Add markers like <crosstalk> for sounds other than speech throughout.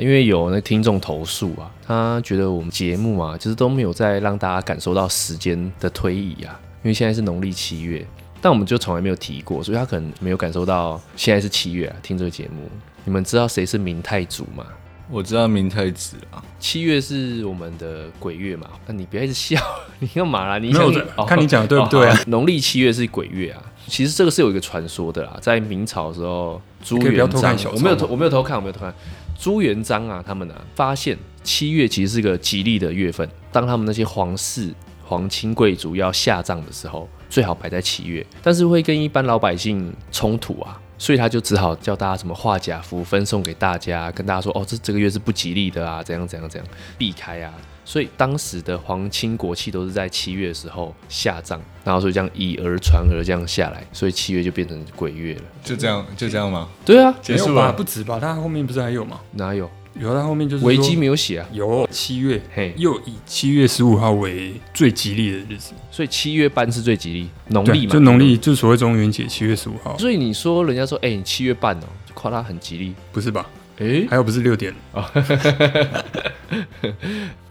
因为有那听众投诉啊，他觉得我们节目啊，就是都没有在让大家感受到时间的推移啊，因为现在是农历七月，但我们就从来没有提过，所以他可能没有感受到现在是七月啊。听这个节目，你们知道谁是明太祖吗？我知道明太子啊，七月是我们的鬼月嘛？那、你不要一直笑， <laughs> 你干嘛啦？你没有想哦我在看你讲的对不对啊哦好农历七月是鬼月啊，其实这个是有一个传说的啦，在明朝的时候，朱你可以不要元偷看璋小，抄我没有吗偷，我没有偷看，我没有偷看。朱元璋啊，他们啊，发现七月其实是个吉利的月份，当他们那些皇室、皇亲贵族要下葬的时候，最好摆在七月，但是会跟一般老百姓冲突啊。所以他就只好叫大家什么画甲符分送给大家，跟大家说哦，这这个月是不吉利的啊，怎样怎样怎样，避开啊。所以当时的皇亲国戚都是在七月的时候下葬，然后所以这样以讹传讹这样下来，所以七月就变成鬼月了。就这样就这样吗？对啊，结没束有吧？了，不止吧？他后面不是还有吗？哪有有，啊他后面就是维基说没有写啊？有七月，嘿，又以七月十五号为最吉利的日子，所以七月半是最吉利，农对历嘛，就农历，就是所谓中元节七月十五号，所以你说人家说，哎、你七月半哦，就夸他很吉利，不是吧？哎、还有不是六点？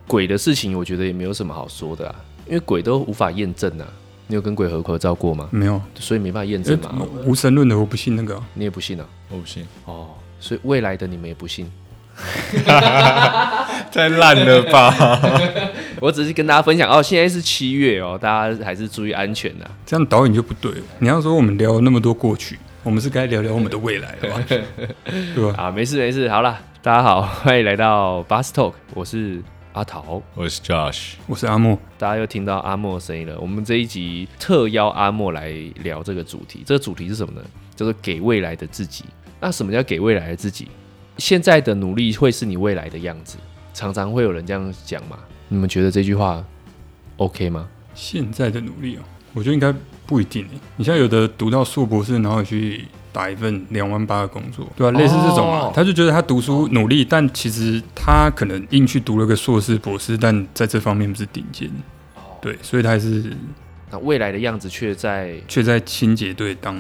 鬼的事情，我觉得也没有什么好说的啊，因为鬼都无法验证啊。你有跟鬼合合照过吗？没有，所以没办法验呃证嘛，无神论的我不信那个啊、你也不信啊？我不信，哦，所以未来的你们也不信。太烂了吧？我只是跟大家分享哦，现在是七月哦，大家还是注意安全啊呐、这样导演就不对了。你要说我们聊了那么多过去，我们是该聊聊我们的未来了吧？对吧？啊。没事没事，好啦，大家好，欢迎来到 Bus Talk，我是阿桃。 <laughs> 我是 Josh，我是阿莫，大家又听到阿莫的声音了。我们这一集特邀阿莫来聊这个主题，这个主题是什么呢？叫做给未来的自己。那什么叫给未来的自己？现在的努力会是你未来的样子，常常会有人这样讲嘛？你们觉得这句话 OK 吗？现在的努力哦、我觉得应该不一定、欸。你像有的读到硕博士，然后去打一份两万八的工作，对吧、类似这种嘛哦，他就觉得他读书努力，但其实他可能硬去读了个硕士、博士，但在这方面不是顶尖。对，所以他还是那未来的样子却在，却在清洁队当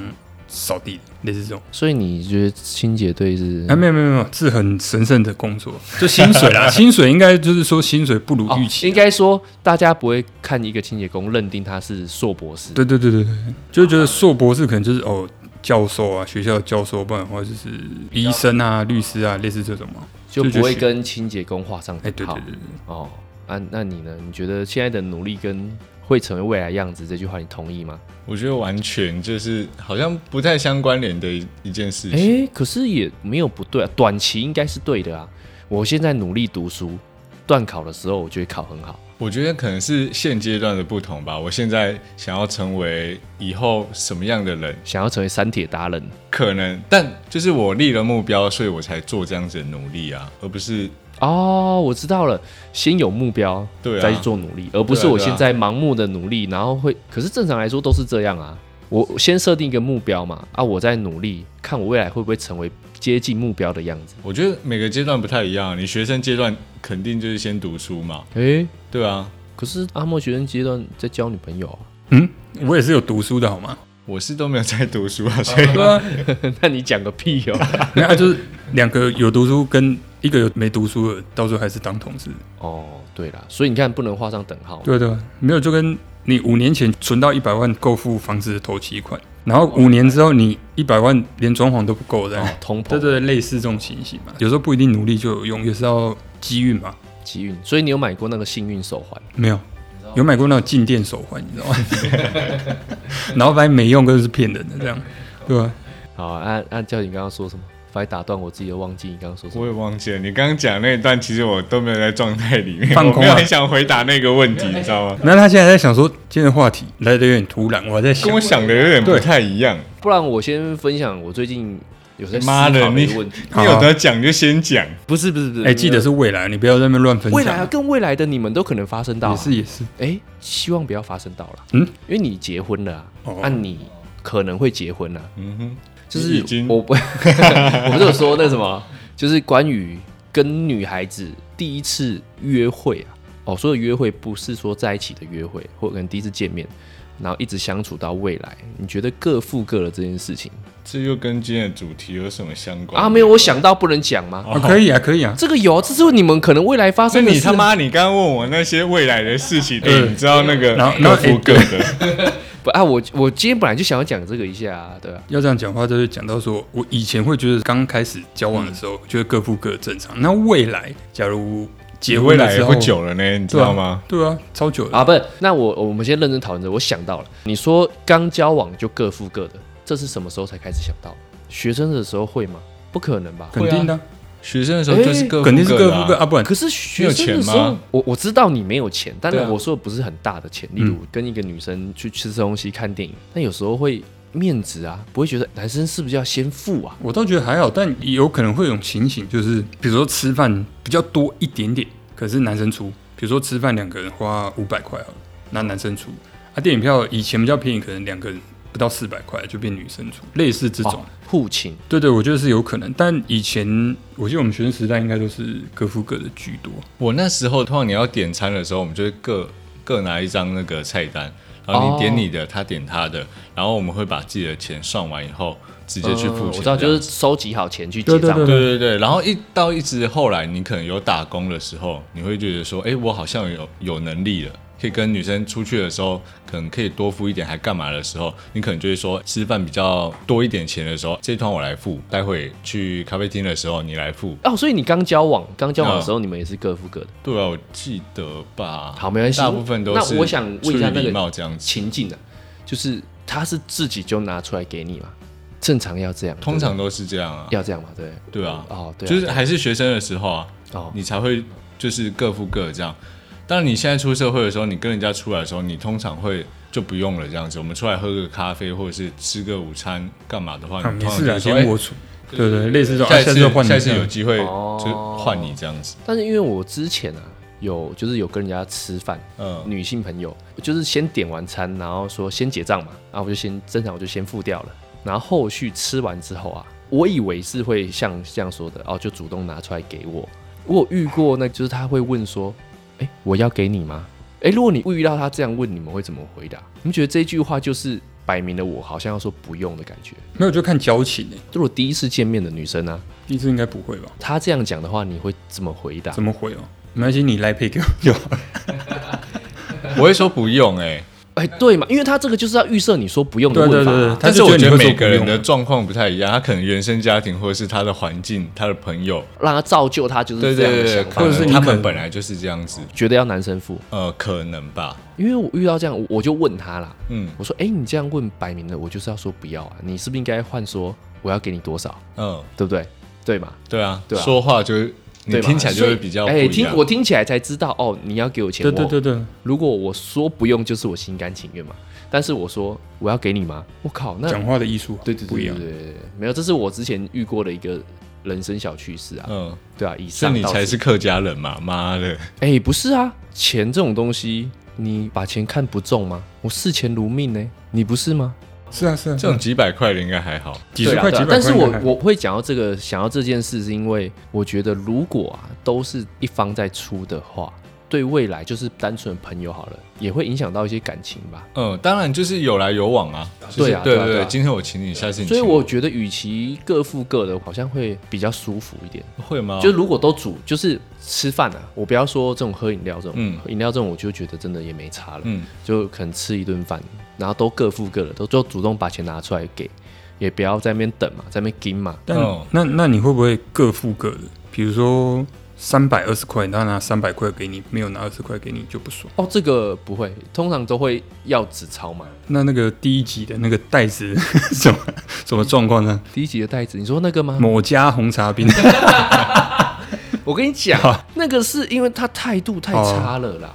扫地的，类似这种。所以你觉得清洁队是啊，没有没有没有，是很神圣的工作，就薪水啦，薪水应该就是说薪水不如哦预期、应该说大家不会看一个清洁工认定他是硕博士，对对对对对，就是觉得硕博士可能就是哦教授啊，学校的教授，不然的话就是医生啊、律师啊，类似这种嘛。就就不会学跟清洁工画上哎、等对号对。对对，哦，啊，那你呢？你觉得现在的努力跟会成为未来样子这句话，你同意吗？我觉得完全就是好像不太相关联的一一件事情。诶，可是也没有不对啊，短期应该是对的啊。我现在努力读书，段考的时候我就会考很好。我觉得可能是现阶段的不同吧。我现在想要成为以后什么样的人，想要成为三铁达人，可能，但就是我立了目标，所以我才做这样子的努力啊，而不是哦，我知道了，先有目标，对啊再去做努力，而不是对啊我现在盲目的努力，然后会。可是正常来说都是这样啊，我我先设定一个目标嘛，啊，我在努力，看我未来会不会成为接近目标的样子。我觉得每个阶段不太一样。你学生阶段肯定就是先读书嘛，诶，对啊。可是阿莫学生阶段在交女朋友啊。 <laughs> 嗯，我也是有读书的好吗？我是都没有在读书啊，所以对啊，那你讲个屁哦！那、啊、就是两个有读书跟一个有没读书的，到最后还是当同事。 <laughs> 哦，对啦，所以你看不能画上等号。对啊对啊，没有就跟你五年前存到一百万够付房子的头期款，然后五年之后你一百万连装潢都不够的。哦，通膨对对，对类似这种情形嘛，有时候不一定努力就有用，也是要机运嘛。机运，所以你有买过那个幸运手环？没有，有买过那种静电手环，你知道吗？ <laughs> 然后发现没用，就是骗人的这样，对吧、好，按按教啊你刚刚说什么，反正打断我自己都忘记你刚刚说什么。我也忘记了。你刚刚讲那一段，其实我都没有在状态里面，放空我啊没有很想回答那个问题，你知道吗？那他现在在想说，今天的话题来的有点突然，我还在想跟我，想的有点不太一样。不然我先分享我最近有在思妈考的的一你个问题。好你有得讲就先讲，不是不是不是，哎、记得是未来，你不要在那边乱分未来啊，享。更未来的你们都可能发生到、也啊。是也是，哎、希望不要发生到了。嗯，因为你结婚了啊，那、哦你可能会结婚啊。嗯哼，就你是已经我不， <laughs> 我不是有说那什么，就是关于跟女孩子第一次约会啊。哦，所有约会不是说在一起的约会，或者可能第一次见面，然后一直相处到未来，你觉得各付各的这件事情这又跟今天的主题有什么相关啊？没有，我想到不能讲吗？哦啊，可以啊，可以啊，这个有，这是你们可能未来发那生的你事他。妈，你刚刚问我那些未来的事情，哎，你知道那个然后各付各的，不啊，我我今天本来就想要讲这个一下、啊，对吧、要这样讲话，就是讲到说，我以前会觉得刚开始交往的时候，觉得各付各正常。那未来，假如结未婚来了也之不后，久了呢，你知对啊道吗？？对啊，超久了。啊，不是，那我我们先认真讨论这个。我想到了，你说刚交往就各付各的，这是什么时候才开始想到？学生的时候会吗？不可能吧？肯定的啊，学生的时候就是各付各的啊肯定是各付各啊，不然可是学生的时你有候钱吗，我我知道你没有钱，但是对啊我说的不是很大的啊钱，例如跟一个女生去吃东西、看电影，但有时候会面子啊，不会觉得男生是不是要先付啊？我倒觉得还好，但有可能会有种情形，就是比如说吃饭比较多一点点，可是男生出。比如说吃饭两个人花五百块好了，那男生出。啊，电影票以前比较便宜，可能两个人不到四百块就变女生出，类似这种。哦互请对对，我觉得是有可能，但以前我记得我们学生时代应该都是各付各的居多。我那时候通常你要点餐的时候，我们就会各各拿一张那个菜单，然后哦你点你的，他点他的，然后我们会把自己的钱算完以后，直接去嗯付钱这样子。啊我知道，就是收集好钱去结对账。对对对对对，然后一到一直后来，你可能有打工的时候，你会觉得说，哎，我好像有有能力了，可以跟女生出去的时候，可能可以多付一点，还干嘛的时候，你可能就会说，吃饭比较多一点钱的时候，这一团我来付，待会去咖啡厅的时候你来付。哦，所以你刚交往，刚交往嗯的时候，你们也是各付各的。对啊，我记得吧？好没关系大部分都是哎那我想问一下出于那个礼貌这样子。情境呢、就是他是自己就拿出来给你嘛，正常要这样，通对常都是这样啊不对，要这样嘛，对不对对啊，哦，对啊、就是还是学生的时候啊，哦，你才会就是各付各的这样。当然你现在出社会的时候，你跟人家出来的时候，你通常会就不用了这样子。我们出来喝个咖啡，或者是吃个午餐，干嘛的话，啊，你通没常事就啊，说先我出。对对，类似这种，哎啊下下一次换次你下一这次样有机会哦就换你这样子。但是因为我之前啊，有就是有跟人家吃饭，嗯，女性朋友就是先点完餐，然后说先结账嘛，然后我就先正常我就先付掉了，然后后续吃完之后啊，我以为是会像这样说的，哦，就主动拿出来给我。我有遇过那，就是他会问说，哎、我要给你吗？哎、如果你遇到他这样问，你们会怎么回答？你们觉得这句话就是摆明了我好像要说不用的感觉？没有就看交情诶、如果第一次见面的女生呢、啊，第一次应该不会吧？她这样讲的话，你会怎么回答怎？么回哦？没关系，你来配给我就好。我会说不用哎，哎、对嘛，因为他这个就是要预设你说不用的对对问法啊、对，对他但是就我觉觉得你会说每个不人用的状况不太一样，他可能原生家庭，或者是他的环境、他的朋友，让他造就他就是对这样对的对，想法，可或者是能你他可们能本来就是这样子，觉得要男生付，呃，可能吧，因为我遇到这样，我我就问他啦，嗯我说，哎、你这样问摆明了，我就是要说不要啊，你是不是应该换说我要给你多少，嗯，对不对？对嘛？对啊，对啊说话就是你对嘛听起来就所会以比较不哎、一样。听我听起来才知道哦，你要给我钱，对对我对对，如果我说不用，就是我心甘情愿嘛。但是我说我要给你吗？我靠，那讲话的艺术啊对对对不一对样对。对对，没有，这是我之前遇过的一个人生小趣事啊，嗯，对啊，以这上你到才此是客家人嘛，妈的！哎、不是啊，钱这种东西，你把钱看不重吗？我视钱如命呢、你不是吗？是啊是啊，这种几百块的应该还好。几十对啊块对几啊百块。但是我应该还我会讲到这个，想要这件事，是因为我觉得如果啊都是一方在出的话，对未来就是单纯朋友好了，也会影响到一些感情吧。嗯，当然就是有来有往啊。就是对啊对对啊对啊今天我请你，下次你所请以我觉得，与其各付各的，好像会比较舒服一点。会哦吗？就如果都煮，就是吃饭啊，我不要说这种喝饮料这种，嗯饮料这种我就觉得真的也没差了。嗯，就可能吃一顿饭，然后都各付各的，都就主动把钱拿出来给，也不要在那边等嘛，在那边盯嘛。但、哦那那你会不会各付各的？比如说三百二十块，他拿三百块给你，没有拿二十块给你就不爽。哦，这个不会，通常都会要纸钞嘛。那那个第一集的那个袋子 <laughs> 什么什么状况呢？第一集的袋子，你说那个吗？某家红 <laughs> 茶冰我跟你讲，啊那个是因为他态度太差了啦。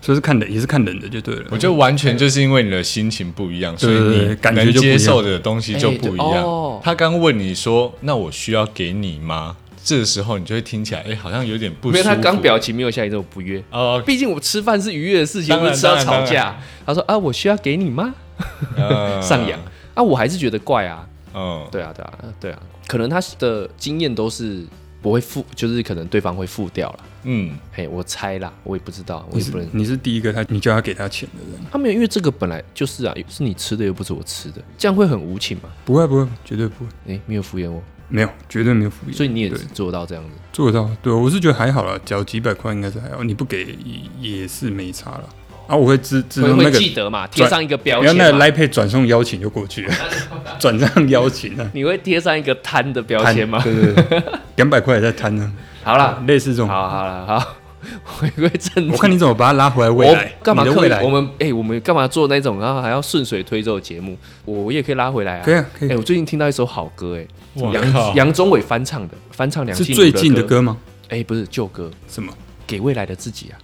所以是看人，也是看人的就对了。我觉得完全就是因为你的心情不一样，所以对对对你感觉能就不一接样受的东西就哎不对一样哦。他刚问你说：“那我需要给你吗？”这时候你就会听起来，哎，好像有点不没舒有，服。他刚表情没有下一种不约。哦，毕竟我吃饭是愉悦的事情，当不然是吃到当然吵当架。他说啊，我需要给你吗？ <laughs> 呃上扬。啊，我还是觉得怪啊。嗯，对啊，对啊，对啊，可能他的经验都是不会付，就是可能对方会付掉了。嗯，嘿，我猜啦，我也不知道，我你也不能是。你是第一个他，你叫他给他钱的人，他没有，因为这个本来就是啊，是你吃的又不是我吃的，这样会很无情嘛？不会不会，绝对不会，诶，没有敷衍我，没有，绝对没有敷衍。所以你也对做到这样子。做得到，对我是觉得还好啦，只要几百块应该是还好，你不给也也是没差了。啊，我会自自会动那会个，记得嘛，贴上一个标然后签那个嘛，来配转送邀请就 <laughs> 过去了，转账邀请啊，你会贴上一个贪的标签吗？对对 <laughs> 对，两百块也在摊呢，好啦，类似这种。好啊好了， <laughs> 好，回归正我题。看你怎么把它拉回来未我来，干嘛你的刻未意来我？们哎、我们干嘛做那种，然后还要顺水推舟的节目？我也可以拉回来啊。可以啊，可哎、以，啊我最近听到一首好歌、哎，哇杨靠杨宗纬翻唱的，翻唱梁是静茹最近的歌，歌吗？哎、不是旧歌，《什么？给未来的自己》啊，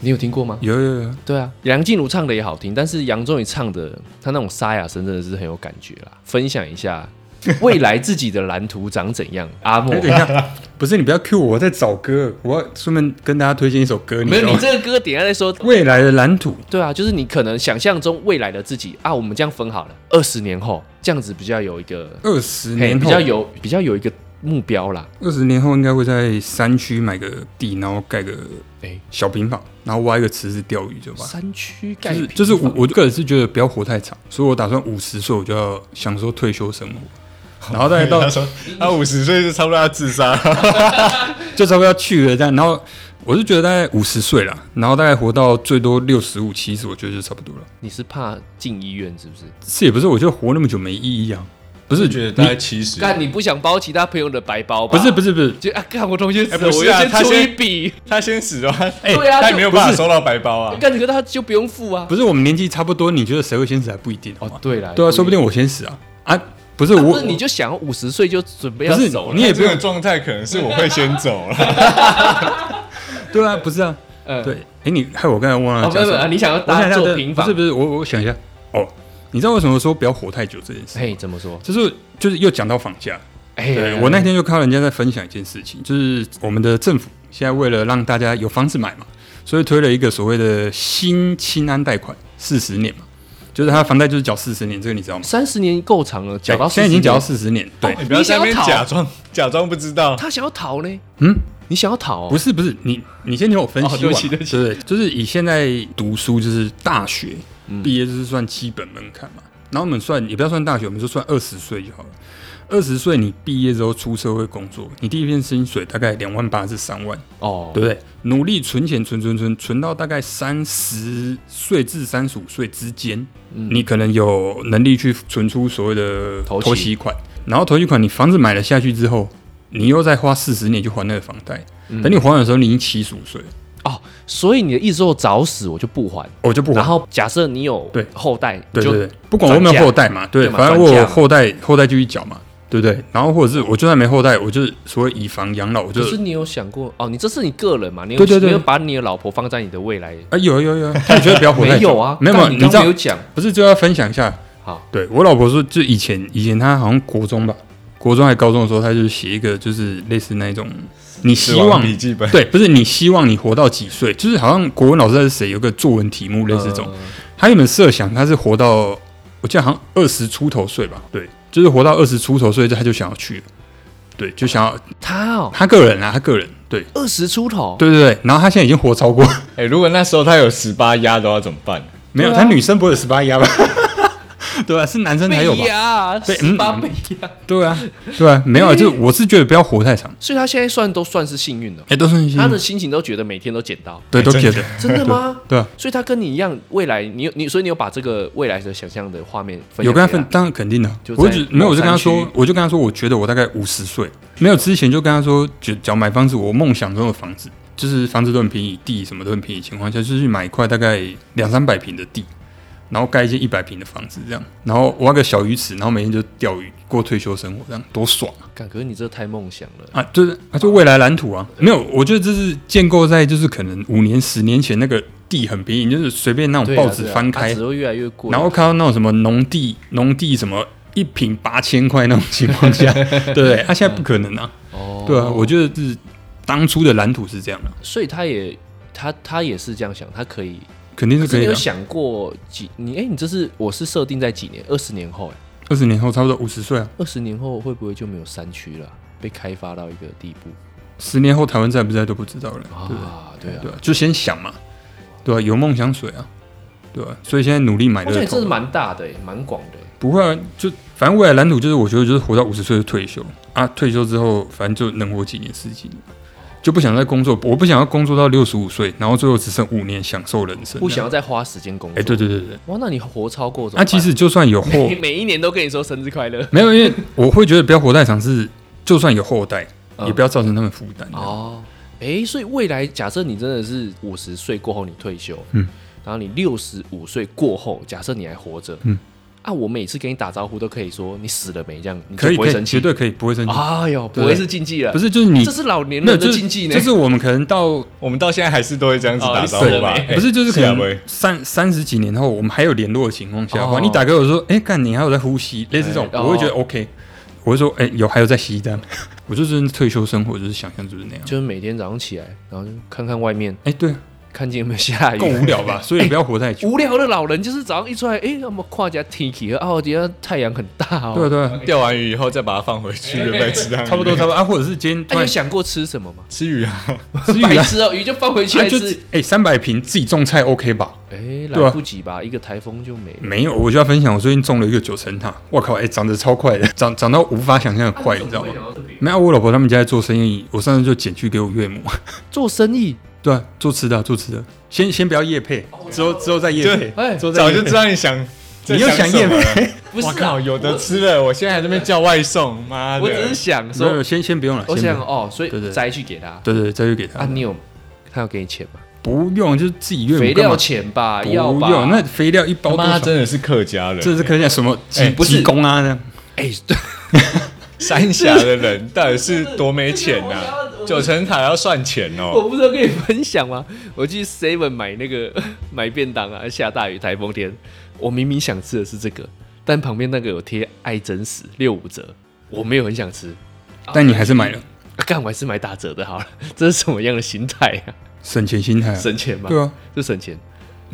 你有听过吗？有有有，对啊，梁静茹唱的也好听，但是杨宗纬唱的，他那种沙哑声真的是很有感觉啦。分享一下未来自己的蓝图长怎样，阿莫哎，。等一 <laughs> 下，不是你不要 Q 我，我在找歌，我要顺便跟大家推荐一首歌，没有，知道你吗？这个歌点下再说。未来的蓝图，对啊，就是你可能想象中未来的自己啊，我们这样分好了，二十年后这样子比较有一个，二十嘿年比后较有比较有一个目标啦。二十年后应该会在山区买个地，然后盖个哎小平房，然后挖一个池子钓鱼，就吧。山区就盖是平就是我房我个人是觉得不要活太长，所以我打算五十岁我就要享受退休生活，然后再到他说他五十岁是差不多要自杀了，就差不多要去了这样，然后我是觉得大概五十岁啦，然后大概活到最多六十五七十，我觉得就差不多了。你是怕进医院是不是？是也不是，我觉得活那么久没意义啊，不是觉得大概七十，干你不想包其他朋友的白包吧？不是不是不是，就啊，干我同学死了，哎不我是要啊先他出一先笔，他先死的话，哎对啊他也没有办法不是收到白包 <laughs> 啊。干这个他就不用付啊。不是我们年纪差不多，你觉得谁会先死还不一定好吗哦，对啦，对啊，也说不定我先死啊啊，不是啊我不是你就想要五十岁就准备不要是走了，你也他不这用种状态可能是我会先走了，对啊不是啊，嗯，对，哎你害我刚才忘哦，了不讲是不什是，么。你想要我想搭一下做这，平不房是不？是，我我想一下，哦，你知道为什么说不要活太久这件事？嘿，怎么说？就是就是又讲到房价，哎对我那天就看到人家在分享一件事情，就是我们的政府现在为了让大家有房子买嘛，所以推了一个所谓的新清安贷款四十年嘛，就是他房贷就是缴四十年，这个你知道吗？三十年够长了，缴到哎现在已经40缴到年四十年，<laughs> 对，你不要在那你边想要逃假装假装不知道。他想要逃呢？嗯，你想要逃哦、不是不是，你你先听我分析哦完对嘛、不起对不起对就是以现在读书就是大学毕业就是算基本门槛嘛，然后我们算也不要算大学，我们就算二十岁就好了。二十岁你毕业之后出社会工作，你第一份薪水大概两万八至三万，哦，对不对？努力存钱，存存存，存到大概三十岁至三十五岁之间，你可能有能力去存出所谓的嗯头期头期款。然后头期款，你房子买了下去之后，你又再花四十年去还那个房贷。嗯等你还完的时候，你已经七十五岁了，哦，所以你的意思说我早死哦我就不还，我就不然还。后假设你有对后代，对就对对，不管我有没有后代嘛，对，对嘛反正我转有嫁嘛后代，后代继续缴嘛，对不对？然后或者是我就算没后代，我就是所谓以房养老，我就可是你有想过哦？你这是你个人嘛？你有对对对没有把你的老婆放在你的未来？啊，有有 <laughs> 有，你觉得不要活太没久有啊，没有，没有干你知刚道没有讲不是就要分享一下？好，对我老婆说，就以前以前她好像国中吧，嗯国中还高中的时候，她就是写一个就是类似那一种，你希死亡望笔记本，对，不是你希望你活到几岁，就是好像国文老师还是谁有个作文题目类似这嗯种，她原本设想她是活到我记得好像二十出头岁吧，对，就是活到二十出头岁，她就想要去了，对，就想要他哦，她个人啊，她个人，对二十出头，对对对，然后她现在已经活超过，哎，如果那时候他有十八压的话怎么办？没有，对啊她女生不会有十八压吧？ <laughs> 对啊，是男生才有被吧？压啊，对十嗯八倍压，对啊，对啊，没有，啊，就是我是觉得不要活太长。所以他现在算都算是幸运的哎、，都是很幸他运的心情都觉得每天都捡到，对，哎都真撇的的，真的吗？ <laughs> 对啊，所以他跟你一样，未来你有你，所以你有把这个未来的想象的画面分享有跟他给分，当然肯定的啊就。在我只没有，我就跟他某说山区，我就跟他说，我觉得我大概五十岁，没有之前就跟他说，就只要买房子，我梦想中的房子，就是房子都很便宜，地什么都很便宜的情况下，就是去买一块大概两三百平的地，然后盖一间一百平的房子这样，然后挖个小鱼池，然后每天就钓鱼，过退休生活这样，多爽啊！干，可是你这太梦想了。啊，就是啊，就未来蓝图啊，没有，我觉得这是建构在就是可能五年、十年前那个地很便宜，就是随便那种对啊嗯报纸对啊翻它开，只会越来越贵。然后看到那种什么农地，农地什么一平八千块那种情况 <laughs> 下，对不对？他、现在不可能啊，哦，对啊，我觉得是当初的蓝图是这样的、所以他也他他也是这样想，他可以。肯定是可可是你以有的。啊想过几？你哎、你这是我是设定在几年？二十年后哎、二十年后差不多五十岁啊，二十年后会不会就没有山区了啊？被开发到一个地步十年后台湾在不在都不知道了，对不对？啊，对啊对，啊，就先想嘛，对啊，有梦想水啊，对啊，所以现在努力买我觉乐得这透是啊，蛮大的欸，蛮广的欸。不会啊，就反正未来蓝图就是我觉得就是活到五十岁就退休啊，退休之后反正就能活几年是几年，就不想再工作，我不想要工作到六十五岁，然后最后只剩五年享受人生，不想要。再花时间工哎，作。对对对对，哇，那你活超过怎么那办？ <laughs> 其实就算有后每每一年都跟你说生日快乐没有，因为我会觉得不要活太长是，就算有后代，嗯也不要造成他们负担。 <laughs> 哦。哎，所以未来假设你真的是五十岁过后你退休，嗯，然后你六十五岁过后，假设你还活着，嗯，啊，我每次跟你打招呼都可以说你死了没这样，你就可以不可会以，生气绝。对可以，不会生气。哎呦，不对会是禁忌了，不是，就是你这是老年没人有的就禁忌是呢。就是我们可能到我们到现在还是都会这样子哦打你招死呼了吧？没哎不是就是可啊喂能三三十几年后，我们还有联络的情况下的话，哦你打给我说，哎，干你还有在呼吸，类似这种，哎我会觉得哦 OK。我会说，哎，有还有在吸单， <laughs> 我就是退休生活，就是想象就是那样。就是每天早上起来，然后就看看外面，哎，对啊，看见有没有下雨，够无聊 <laughs> 吧？所以不要活太久。无聊的老人就是早上一出来，哎、我们跨家天气，哦，今天太阳很大哦。对啊，对啊，钓完鱼以后再把它放回去，原本吃汤差 <laughs> 不多，差不多啊。或者是今天突哎、然有想过吃什么吗？吃鱼啊，吃鱼白了，痴哦，鱼就放回去啊来就吃。哎三百平自己种菜 OK 吧？哎、对啊来不及吧，一个台风就没了。没有，我就要分享，我最近种了一个九层塔，我靠，哎、长得超快的，长长到无法想象的啊快，你知道吗？没有，我老婆他们家在做生意，我上次就剪去给我岳母，做生意，对啊，做吃的啊、做吃的，先先不要夜配，哦之后之后再夜配，哎、之后再早业就配知道你想，你又想夜什么了配，不是我啊靠，有的吃了，我现在还在那边叫外送，妈的！我只是想没有没有，说，先先不用了，我先想不用哦，所对以对摘去给他。对对对，再去给他，啊，你有他有给你钱吗？不用，就是自己岳母肥干嘛料钱吧，要不吧？用，那肥料一他包多妈少？真的是客家人，这是可以讲什么几、哎不是几公啊？这样哎、对，三峡的人到底是多没钱这呐、是我九层塔要算钱哦、我不是要跟你分享吗？我去 Seven 买那个 <laughs> 买便当啊，下大雨台风天，我明明想吃的是这个，但旁边那个有贴爱真实六五折，我没有很想吃，但你还是买了，啊干、我还是买打折的好了。这是什么样的心态啊？省钱心态、<laughs> 啊，省钱吗？对啊，就省钱。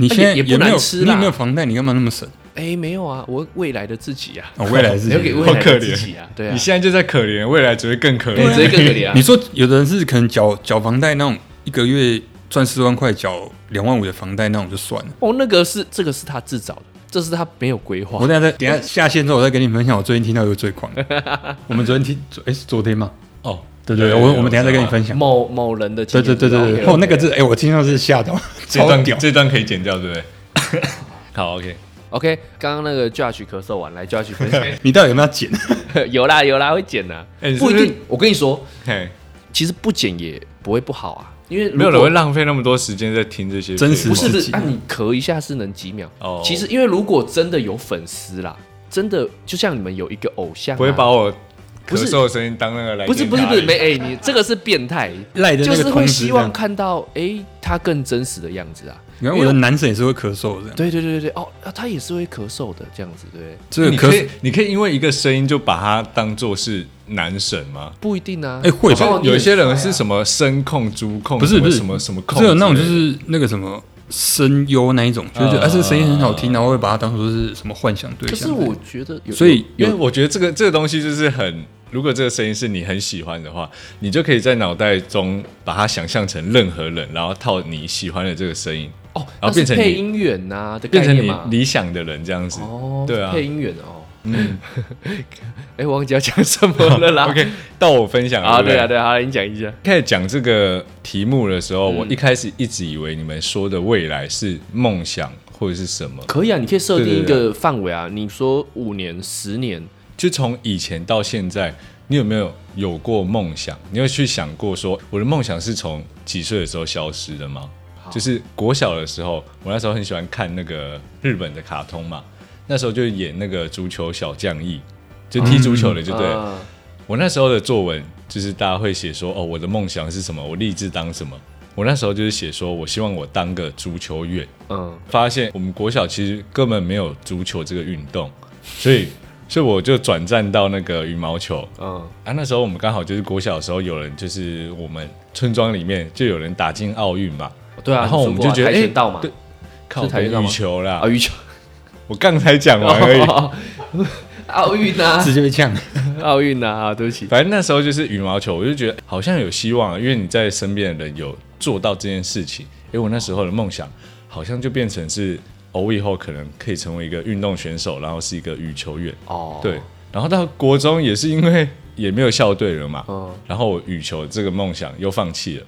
你现在啊也也不没难有吃你啦也没有房贷，你干嘛那么省？哎、没有啊，我未来的自己啊，哦未来 <laughs> 的自己留给未好来可的自怜己啊，对啊，你现在就在可怜，未来只会更可你怜。直接更可怜啊你。说有的人是可能缴缴房贷那种，一个月赚四万块，缴两万五的房贷那种就算了。哦，那个是这个是他自找的，这是他没有规划我。等一下再等一下下线之后，我再跟你分享我最近听到一个最狂的。我们昨天听，昨哎、是昨天吗？哦，对对对，我我们等一下再跟你分享。某某人的对经对验对对对， OK，OK 哦，那个是哎、我听到是吓到，这超段屌。这段可以剪掉，对不对？ <laughs> 好，OK， OK，刚刚那个 Judge 咳嗽完，来 Judge 分 <laughs> 享。你到底有没有剪？有啦有啦，会剪啦，哎你是不不一是定。我跟你说，嘿，其实不剪也不会不好啊，因为如没有果人会浪费那么多时间在听这些真实不是不自是，己那、你咳一下是能几秒？哦其实因为如果真的有粉丝啦，真的就像你们有一个偶像啊、不会把我不咳是嗽的声音当那个来不是电不是打不是理没哎、你这个是变态，赖的就那个是会通知希这望样。看到哎、他更真实的样子啊。原来我的男神也是会咳嗽这样，对对对对对，哦，啊他也是会咳嗽的这样子，对不对？这个你咳可以嗽，你可以因为一个声音就把它当做是男神吗？不一定啊。哎会吧搞不好你有一些很人帅啊是什么声控、猪控，不是什么不是什么什么控之只类有的，那种就是那个什么声优那一种，就会觉得啊哎、这声音很好听，然后会把它当做是什么幻想对可象是之类的。 <laughs> 我觉得有，所以因为我觉得这个这个东西就是很，如果这个声音是你很喜欢的话，你就可以在脑袋中把它想象成任何人，然后套你喜欢的这个声音，哦，然那后是变成你配音员呐的概变成念你嘛。理想的人这样子。哦，对啊配音员哦。 <laughs> 嗯哎，忘记要讲什么了啦。 <laughs> ，OK，到我分享了啊，对不对啊，对啊，好你讲一下。开始讲这个题目的时候，嗯我一开始一直以为你们说的未来是梦想或者是什么，可以啊，你可以设定一对对个范围啊，你说五年、十年，就从以前到现在，你有没有有过梦想？你有去想过说，我的梦想是从几岁的时候消失的吗？就是国小的时候，我那时候很喜欢看那个日本的卡通嘛，那时候就演那个足球小将义，就踢足球的，就对了。啊我那时候的作文就是大家会写说，哦，我的梦想是什么？我立志当什么？我那时候就是写说，我希望我当个足球员。嗯，发现我们国小其实根本没有足球这个运动，所以所以我就转战到那个羽毛球嗯，啊。那时候我们刚好就是国小的时候，有人就是我们村庄里面就有人打进奥运嘛，对啊。然后我们就觉得你说过啊跆拳道嘛哎，对靠是台北运动羽吗球啦啊，，羽球，我刚才讲完而已。哦 <laughs> 奥运啊，直接被呛。奥运啊，啊对不起， <laughs> 反正那时候就是羽毛球，我就觉得好像有希望，因为你在身边的人有做到这件事情。因为我那时候的梦想好像就变成是，哦，我以后可能可以成为一个运动选手，然后是一个羽球员。哦，对，，然后到国中也是因为也没有校队了嘛，嗯然后我羽球这个梦想又放弃了，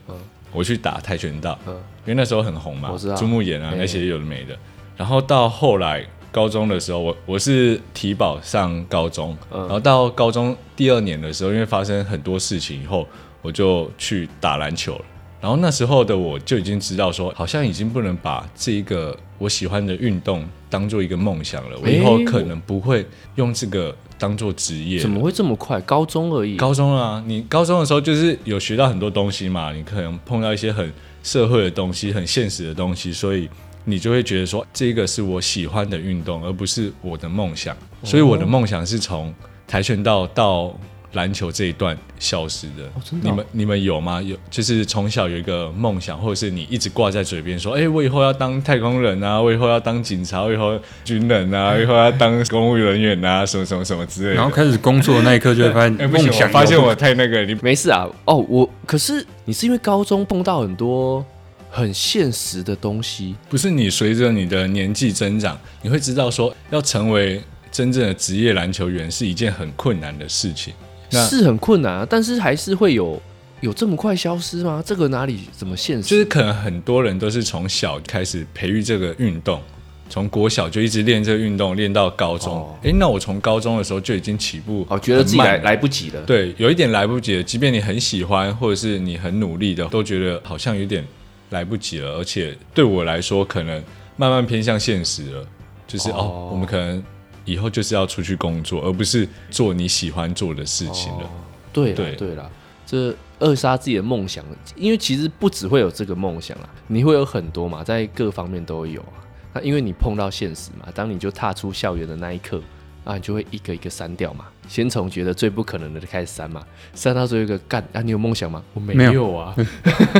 我去打跆拳道，嗯因为那时候很红嘛我知道，朱木炎啊哎那些有的没的。然后到后来高中的时候，我我是体保上高中，嗯然后到高中第二年的时候，因为发生很多事情以后，我就去打篮球了。然后那时候的我就已经知道说，好像已经不能把这一个我喜欢的运动当做一个梦想了。我以后哎可能不会用这个当做职业了。怎么会这么快？高中而已，高中啊，你高中的时候就是有学到很多东西嘛，你可能碰到一些很社会的东西、很现实的东西，所以你就会觉得说，这个是我喜欢的运动，而不是我的梦想。哦所以我的梦想是从跆拳道到篮球这一段消失的。真的哦你们你们有吗？有，就是从小有一个梦想，或者是你一直挂在嘴边说，哎、我以后要当太空人啊，我以后要当警察，我以后军人啊，我以后要当公务人员啊，什么什么什么之类的。然后开始工作的那一刻，就会发 <laughs> 哎、现不梦行，我想发现我太那个，你没事啊。哦，我可是你是因为高中碰到很多很现实的东西，不是你随着你的年纪增长，你会知道说要成为真正的职业篮球员是一件很困难的事情。那是很困难啊，但是还是会有有这么快消失吗？这个哪里怎么现实？就是可能很多人都是从小开始培育这个运动，从国小就一直练这个运动，练到高中。哦诶，那我从高中的时候就已经起步很慢了，哦，觉得自己来来不及了。对，有一点来不及了。即便你很喜欢，或者是你很努力的，都觉得好像有点来不及了。而且对我来说，可能慢慢偏向现实了，就是哦哦我们可能以后就是要出去工作，而不是做你喜欢做的事情了。对对对对啦，这扼杀自己的梦想，因为其实不只会有这个梦想啊，你会有很多嘛，在各方面都有啊。那因为你碰到现实嘛，当你就踏出校园的那一刻啊，你就会一个一个删掉嘛。先从觉得最不可能的开始删嘛，删到最后一个干啊，你有梦想吗？我没没有有 <laughs> 啊。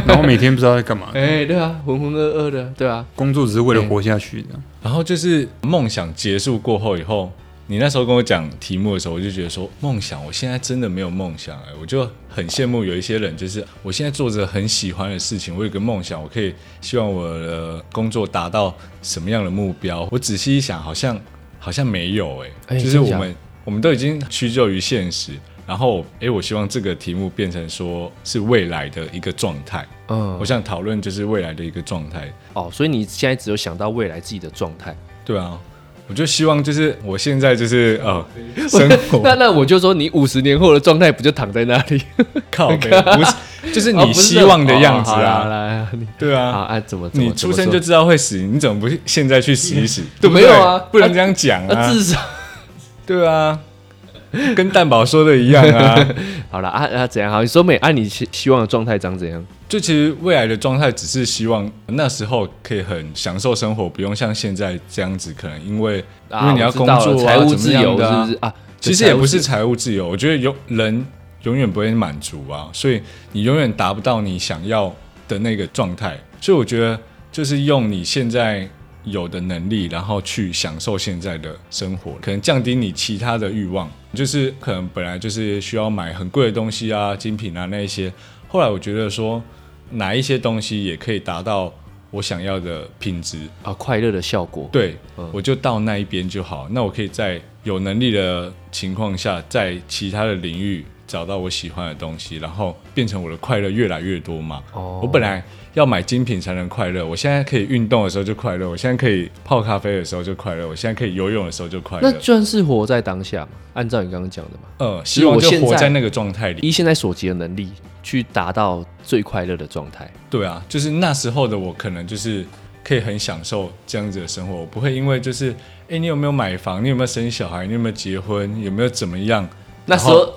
然后每天不知道在干嘛，哎、对啊，浑浑噩噩的，对啊，工作只是为了活下去这样。然后就是梦想结束过后以后，你那时候跟我讲题目的时候，我就觉得说梦想，我现在真的没有梦想哎、我就很羡慕有一些人，就是我现在做着很喜欢的事情，我有个梦想，我可以希望我的工作达到什么样的目标。我仔细一想，好像好像没有哎、哎就是我真们我们都已经屈就于现实。然后，哎，我希望这个题目变成说是未来的一个状态。嗯我，想讨论就是未来的一个状态。哦，所以你现在只有想到未来自己的状态。对啊，我就希望就是我现在就是呃，生那活那我就说，你五十年后的状态不就躺在那里？ <laughs> 靠背不是，就是哦你不是希望的样子哦好啦好啊，啦你对啊啊。啊，怎么怎么你出怎么生就做知道会死，你怎么不现在去死一死？对不没对？有啊不能这样讲啊，啊！至少对啊，跟蛋宝说的一样 <laughs> 啊。好了啊啊，怎样好？你说美，按、你希希望的状态长怎样？就其实未来的状态只是希望那时候可以很享受生活，不用像现在这样子，可能因为因为你要我知工道了作啊财务自由怎么样是的啊不是啊？其实也不是财财务自由，我觉得永人永远不会满足啊，所以你永远达不到你想要的那个状态。所以我觉得就是用你现在有的能力，然后去享受现在的生活，可能降低你其他的欲望，就是可能本来就是需要买很贵的东西啊、精品啊那一些，后来我觉得说哪一些东西也可以达到我想要的品质，务啊，快乐的效果。对，嗯我就到那一边就好。那我可以在有能力的情况下，在其他的领域找到我喜欢的东西，然后变成我的快乐越来越多嘛。哦我本来要买精品才能快乐，我现在可以运动的时候就快乐，我现在可以泡咖啡的时候就快乐，我现在可以游泳的时候就快那乐。算是活在当下嘛？按照你刚刚讲的嘛，呃，希望我就现活在在那个状态里。以现在所及的能力去达到最快乐的状态。对啊，就是那时候的我，可能就是可以很享受这样子的生活，我不会因为就是，哎，你有没有买房？你有没有生小孩？你有没有结婚？有没有怎么样？那时候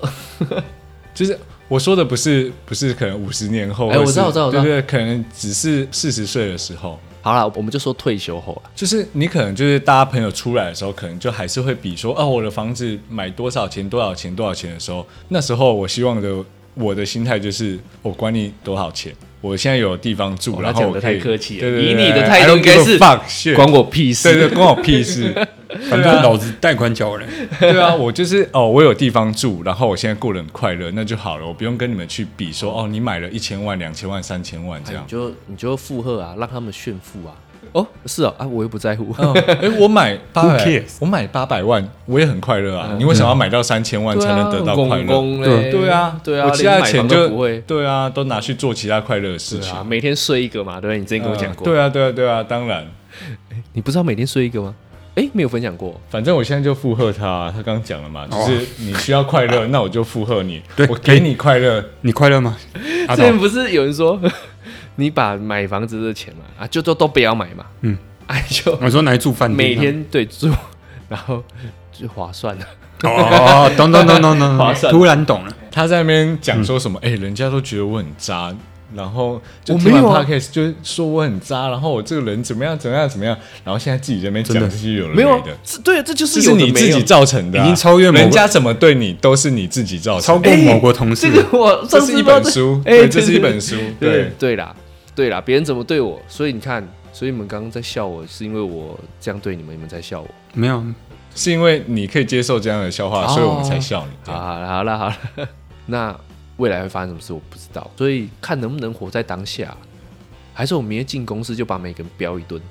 就是我说的不是不是可能五十年后，哎我知道或是我知道我知道对对，可能只是四十岁的时候， <laughs> 好了，我们就说退休后啊了。就是你可能就是大家朋友出来的时候，可能就还是会比说，哦，我的房子买多少钱，多少钱，多少钱的时候，那时候我希望的我的心态就是，我管你多少钱。我现在有地方住，哦然他后讲我得可以太客气了对对以对你的对态 I 度 don't 应该是 give a fuck shit 关我屁事。啊对对，关我屁事。啊反正老子贷款缴了， <laughs> 对啊，我就是哦，我有地方住，然后我现在过得很快乐，那就好了，我不用跟你们去比说哦，你买了一千万、两千万、三千万这你样。就你就附和啊，让他们炫富啊。哦，是哦，啊，我又不在乎。 <laughs> 哦哎、我买八百 cares？，我买八百万，我也很快乐嗯啊。你为什么要买到三千万啊才能得到快乐？对对啊，对啊，我其他连的买钱房就都不会。对啊，都拿去做其他快乐的事对情。啊，每天睡一个嘛，对不对？你之前跟我讲嗯过，对啊，对啊，对啊，当然，你不知道每天睡一个吗？哎，没有分享过。反正我现在就附和他、他刚讲了嘛，哦就是你需要 <laughs> 快乐，那我就附和你对，我给你快乐。你快乐吗？阿啊之道前不是有人说， <laughs> 你把买房子的钱嘛，啊，就都都不要买嘛，嗯， <laughs> 哎、就我说拿来住嗯饭店，啊每天对住，然后就划算了。哦，懂懂懂懂懂划懂，算突然懂了，他在那边讲说什么？哎、人家都觉得我很渣，然后嗯就我听没完有啊 podcast 就说我很渣，然后我这个人怎么样怎么样怎么样，然后现在自己在那边讲真的这些有的没有啊的，，这对，这就是这有是的你自没有己造成的啊、已经超越某个人家怎么对你都是你自己造超成的。过某个同事哎这，个我这上次是一不知道本书，哎对，对这是一本书，对对，对啦，对啦，别人怎么对我，所以你看，所以你们刚刚在笑我，是因为我这样对你们，你们在笑我。没有是因为你可以接受这样的笑话，哦所以我们才笑你。好好了，好了，好了。那未来会发生什么事我不知道，所以看能不能活在当下，还是我们明天进公司就把每个人飙一顿。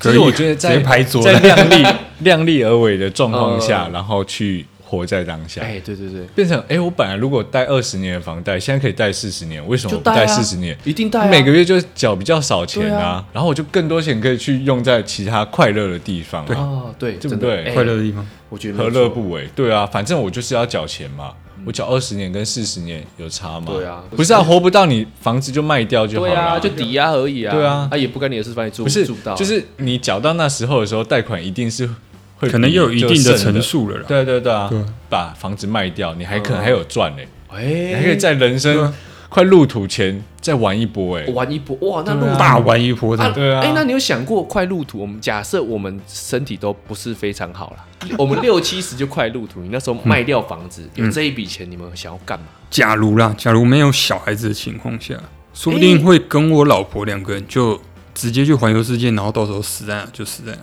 其实我觉得在直接拍桌在了，量力量力而为的状况下，嗯然后去活在当下。哎，对对对，变成哎、诶我本来如果贷二十年的房贷，现在可以贷四十年，为什么就我不贷啊贷四十年？一定带、啊、每个月就缴比较少钱对啊，啊然后我就更多钱可以去用在其他快乐的地方、啊，哦，对，对不真的对哎快乐的地方，我觉得没何有乐错？不为？对啊，反正我就是要缴钱嘛，我缴二十年跟四十年有差吗？对啊不是啊，活不到你房子就卖掉就好对了、啊，就抵押而已啊。对啊啊也不干你的事，反正你住不是住不到，就是你缴到那时候的时候，贷款一定是会可能比又有一定就的剩层数了啦。对对对啊，对把房子卖掉，你还可能嗯还有赚嘞、你还可以哎，在人对生啊快入土前再玩一波哎、玩一波哇，那对路啊途大玩一波啊的，对啊哎，那你有想过快路途？我们假设我们身体都不是非常好啦，我们六七十就快路途，你那时候卖掉房子，有这一笔钱，你们想要干嘛？假如啦，假如没有小孩子的情况下，说不定会跟我老婆两个人就直接去环游世界，然后到时候死在哪就死在哪。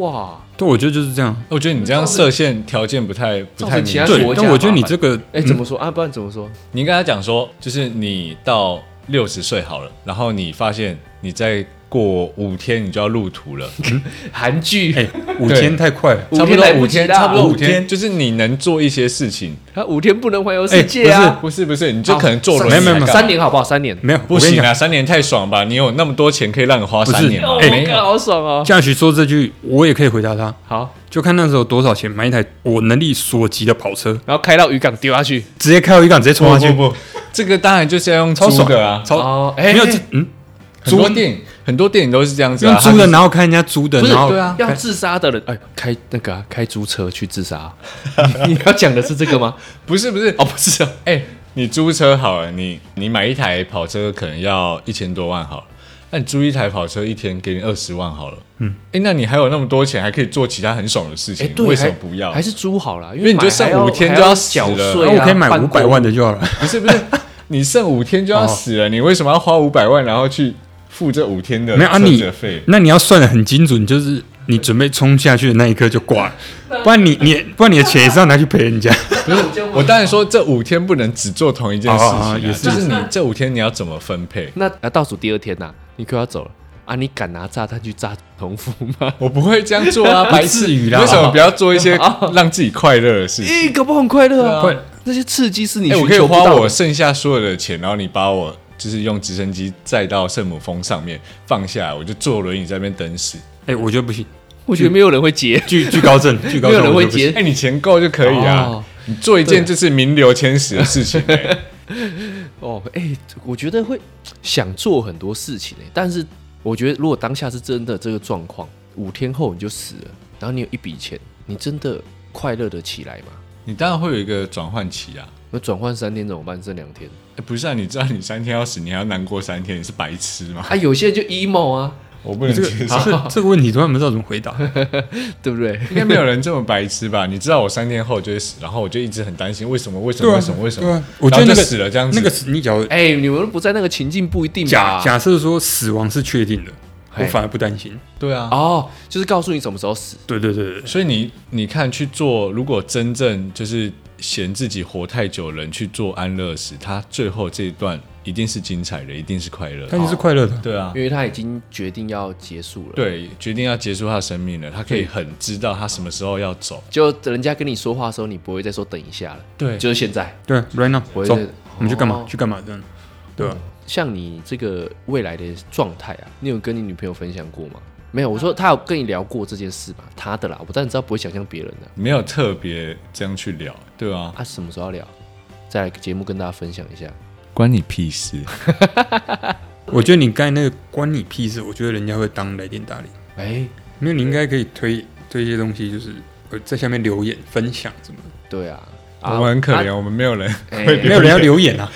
哇，对，我觉得就是这样。我觉得你这样设限条件不太不造太成明其他确人对国，家但我觉得麻你烦这个哎，怎么嗯说啊？不然怎么说？你应该跟他讲说，就是你到六十岁好了，然后你发现你再过五天你就要入土了，韩剧，哎，五天太快了。五差不天多来五不及天，啦差不多五五天天，就是你能做一些事情。他五天不能环游世哎界啊！不是不是，你就可能做轮没有才没有没有干三年好不好？三年，没有，不我跟你行讲，啊，三年太爽吧？你有那么多钱可以让你花三年吗？哦，哎我看好爽哦！嘉许说这句，我也可以回答他。好，就看那时候多少钱买一台我能力所及的跑车，然后开到渔港丢下去。直接开到渔港直接冲不下去，不不，这个当然就是要用超租爽的啊，超哦，哎，没有这嗯，很多租电影很多电影都是这样子啊用，租它的，是然后看人家租的，不是然后对啊要自杀的人，哎，开那个啊开租车去自杀啊。你你要讲的是这个吗？不是不是哦，不是啊，哎、你租车好了，你你买一台跑车可能要一千多万好了，那你租一台跑车一天给你二十万好了，嗯，哎、那你还有那么多钱，还可以做其他很爽的事情，哎，对，为什么还不要？还是租好了，因因为为你就买剩还要五天还就要要死缴了税那啊，我可以买办五百公万的就好 <laughs> 了。不是不是，你剩五天就要死了，你为什么要花五百万然后去付这五天的哦没有啊车你子费？那你要算的很精准，就是你准备冲下去的那一刻就挂了，不然你你不然你的钱也是要拿去赔人家。不是，我当然说这五天不能只做同一件事情、啊哦哦哦也是就是你这五天你要怎么分配？那啊倒数第二天呐，你快要走了啊！你敢拿炸弹去炸同父吗？我不会这样做 <laughs> 啊，白痴！至于啦为什么不要做一些让自己快乐的事情？咦，搞不好很快乐啊对啊！那些刺激是你哎、我寻可以求不花到我的。剩下所有的钱，然后你把我就是用直升机载到圣母峰上面放下来，我就坐轮椅在那边等死。 <laughs> 哎，我觉得不行，我觉得没有人会接，惧惧 <laughs> 高症，惧高没有症人我会觉得不行。接哎、。你钱够就可以啊，哦你做一件就是名留千史的事情、哎哦，哎、我觉得会想做很多事情哎、但是我觉得如果当下是真的这个状况，五天后你就死了，然后你有一笔钱，你真的快乐的起来吗？ <laughs> 你当然会有一个转换期啊。那转换三天怎么办？剩两天哎不是啊，你知道你三天要死，你还要难过三天，你是白痴吗？啊，有些人就 emo 啊，我不能这个接受， <laughs> 这这个问题突然不知道怎么回答。对不对？啊应该没有人这么白痴吧？你知道我三天后就会死，然后我就一直很担心，为什么？为什么？为什么？为什对么啊？我觉得然那后个就死了这样子，那个死你假如哎、你们不在那个情境不一定假吧？假设说死亡是确定的，我嘿反而不担心。对啊，哦，就是告诉你什么时候死。对对对对，所以你你看去做，如果真正就是嫌自己活太久的人去做安乐死，他最后这一段一定是精彩的，一定是快乐但的。就是快乐的。对啊因，为他已经决定要结束了。，对，决定要结束他的生命了，他可以很知道他什么时候要走。就人家跟你说话的时候，你不会再说等一下了，对就是现在。对，right now，我也走是，我们去干嘛哦？嗯去干嘛？这样，对啊，像你这个未来的状态啊，你有跟你女朋友分享过吗？没有，我说她有跟你聊过这件事吧？她的啦，我但你知道不会想象别人的没有特别这样去聊，对啊，啊，什么时候要聊？再来节目跟大家分享一下。关你屁事。我觉得你刚才那个关你屁事，我觉得人家会当来电打脸。哎、没有，你应该可以推推一些东西，就是呃在下面留言分享什么的。对啊， <laughs> 我们很可怜，啊我们没有人。哎没有人要留 <laughs> 言啊，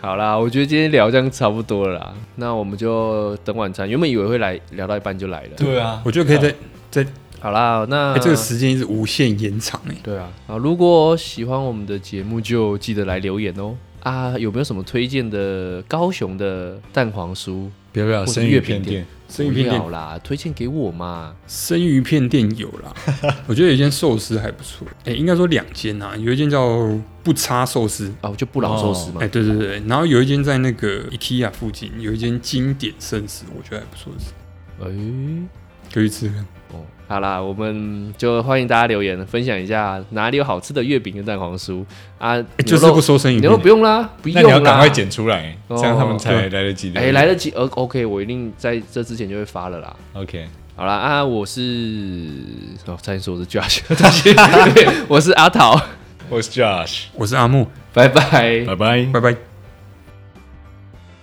好啦，我觉得今天聊这样差不多了啦，那我们就等晚餐。原本以为会来聊到一半就来了。对啊，我觉得可以在嗯在好啦，那、哎这个时间一直无限延长 <laughs> 哎。对啊，啊，如果喜欢我们的节目，就记得来留言哦。啊，有没有什么推荐的高雄的蛋黄酥？不要不要，或是生鱼月片饼店店。生鱼片不店要啦，推荐给我嘛。生鱼片店有啦，我觉得有一间寿司还不错，哎、应该说两间啊，有一间叫不差寿司，啊，我就不老寿司嘛。哎、对对对，然后有一间在那个 IKEA 附近有一间经典寿司，我觉得还不错，哎、可以吃吃看。哦，好啦，我们就欢迎大家留言分享一下哪里有好吃的月饼跟蛋黄酥啊。哎、牛就是肉不收生鱼牛肉片，不用啦，不那用你啦，要赶快。剪出来，哦这样他们才对来得及留哎、言。来得及，呃，OK，我一定在这之前就会发了啦。 ，OK，好啦，啊，我是哦，差点说我是 Josh，对不起对我是阿桃，我是 Josh，我是阿木，拜拜拜拜拜。拜。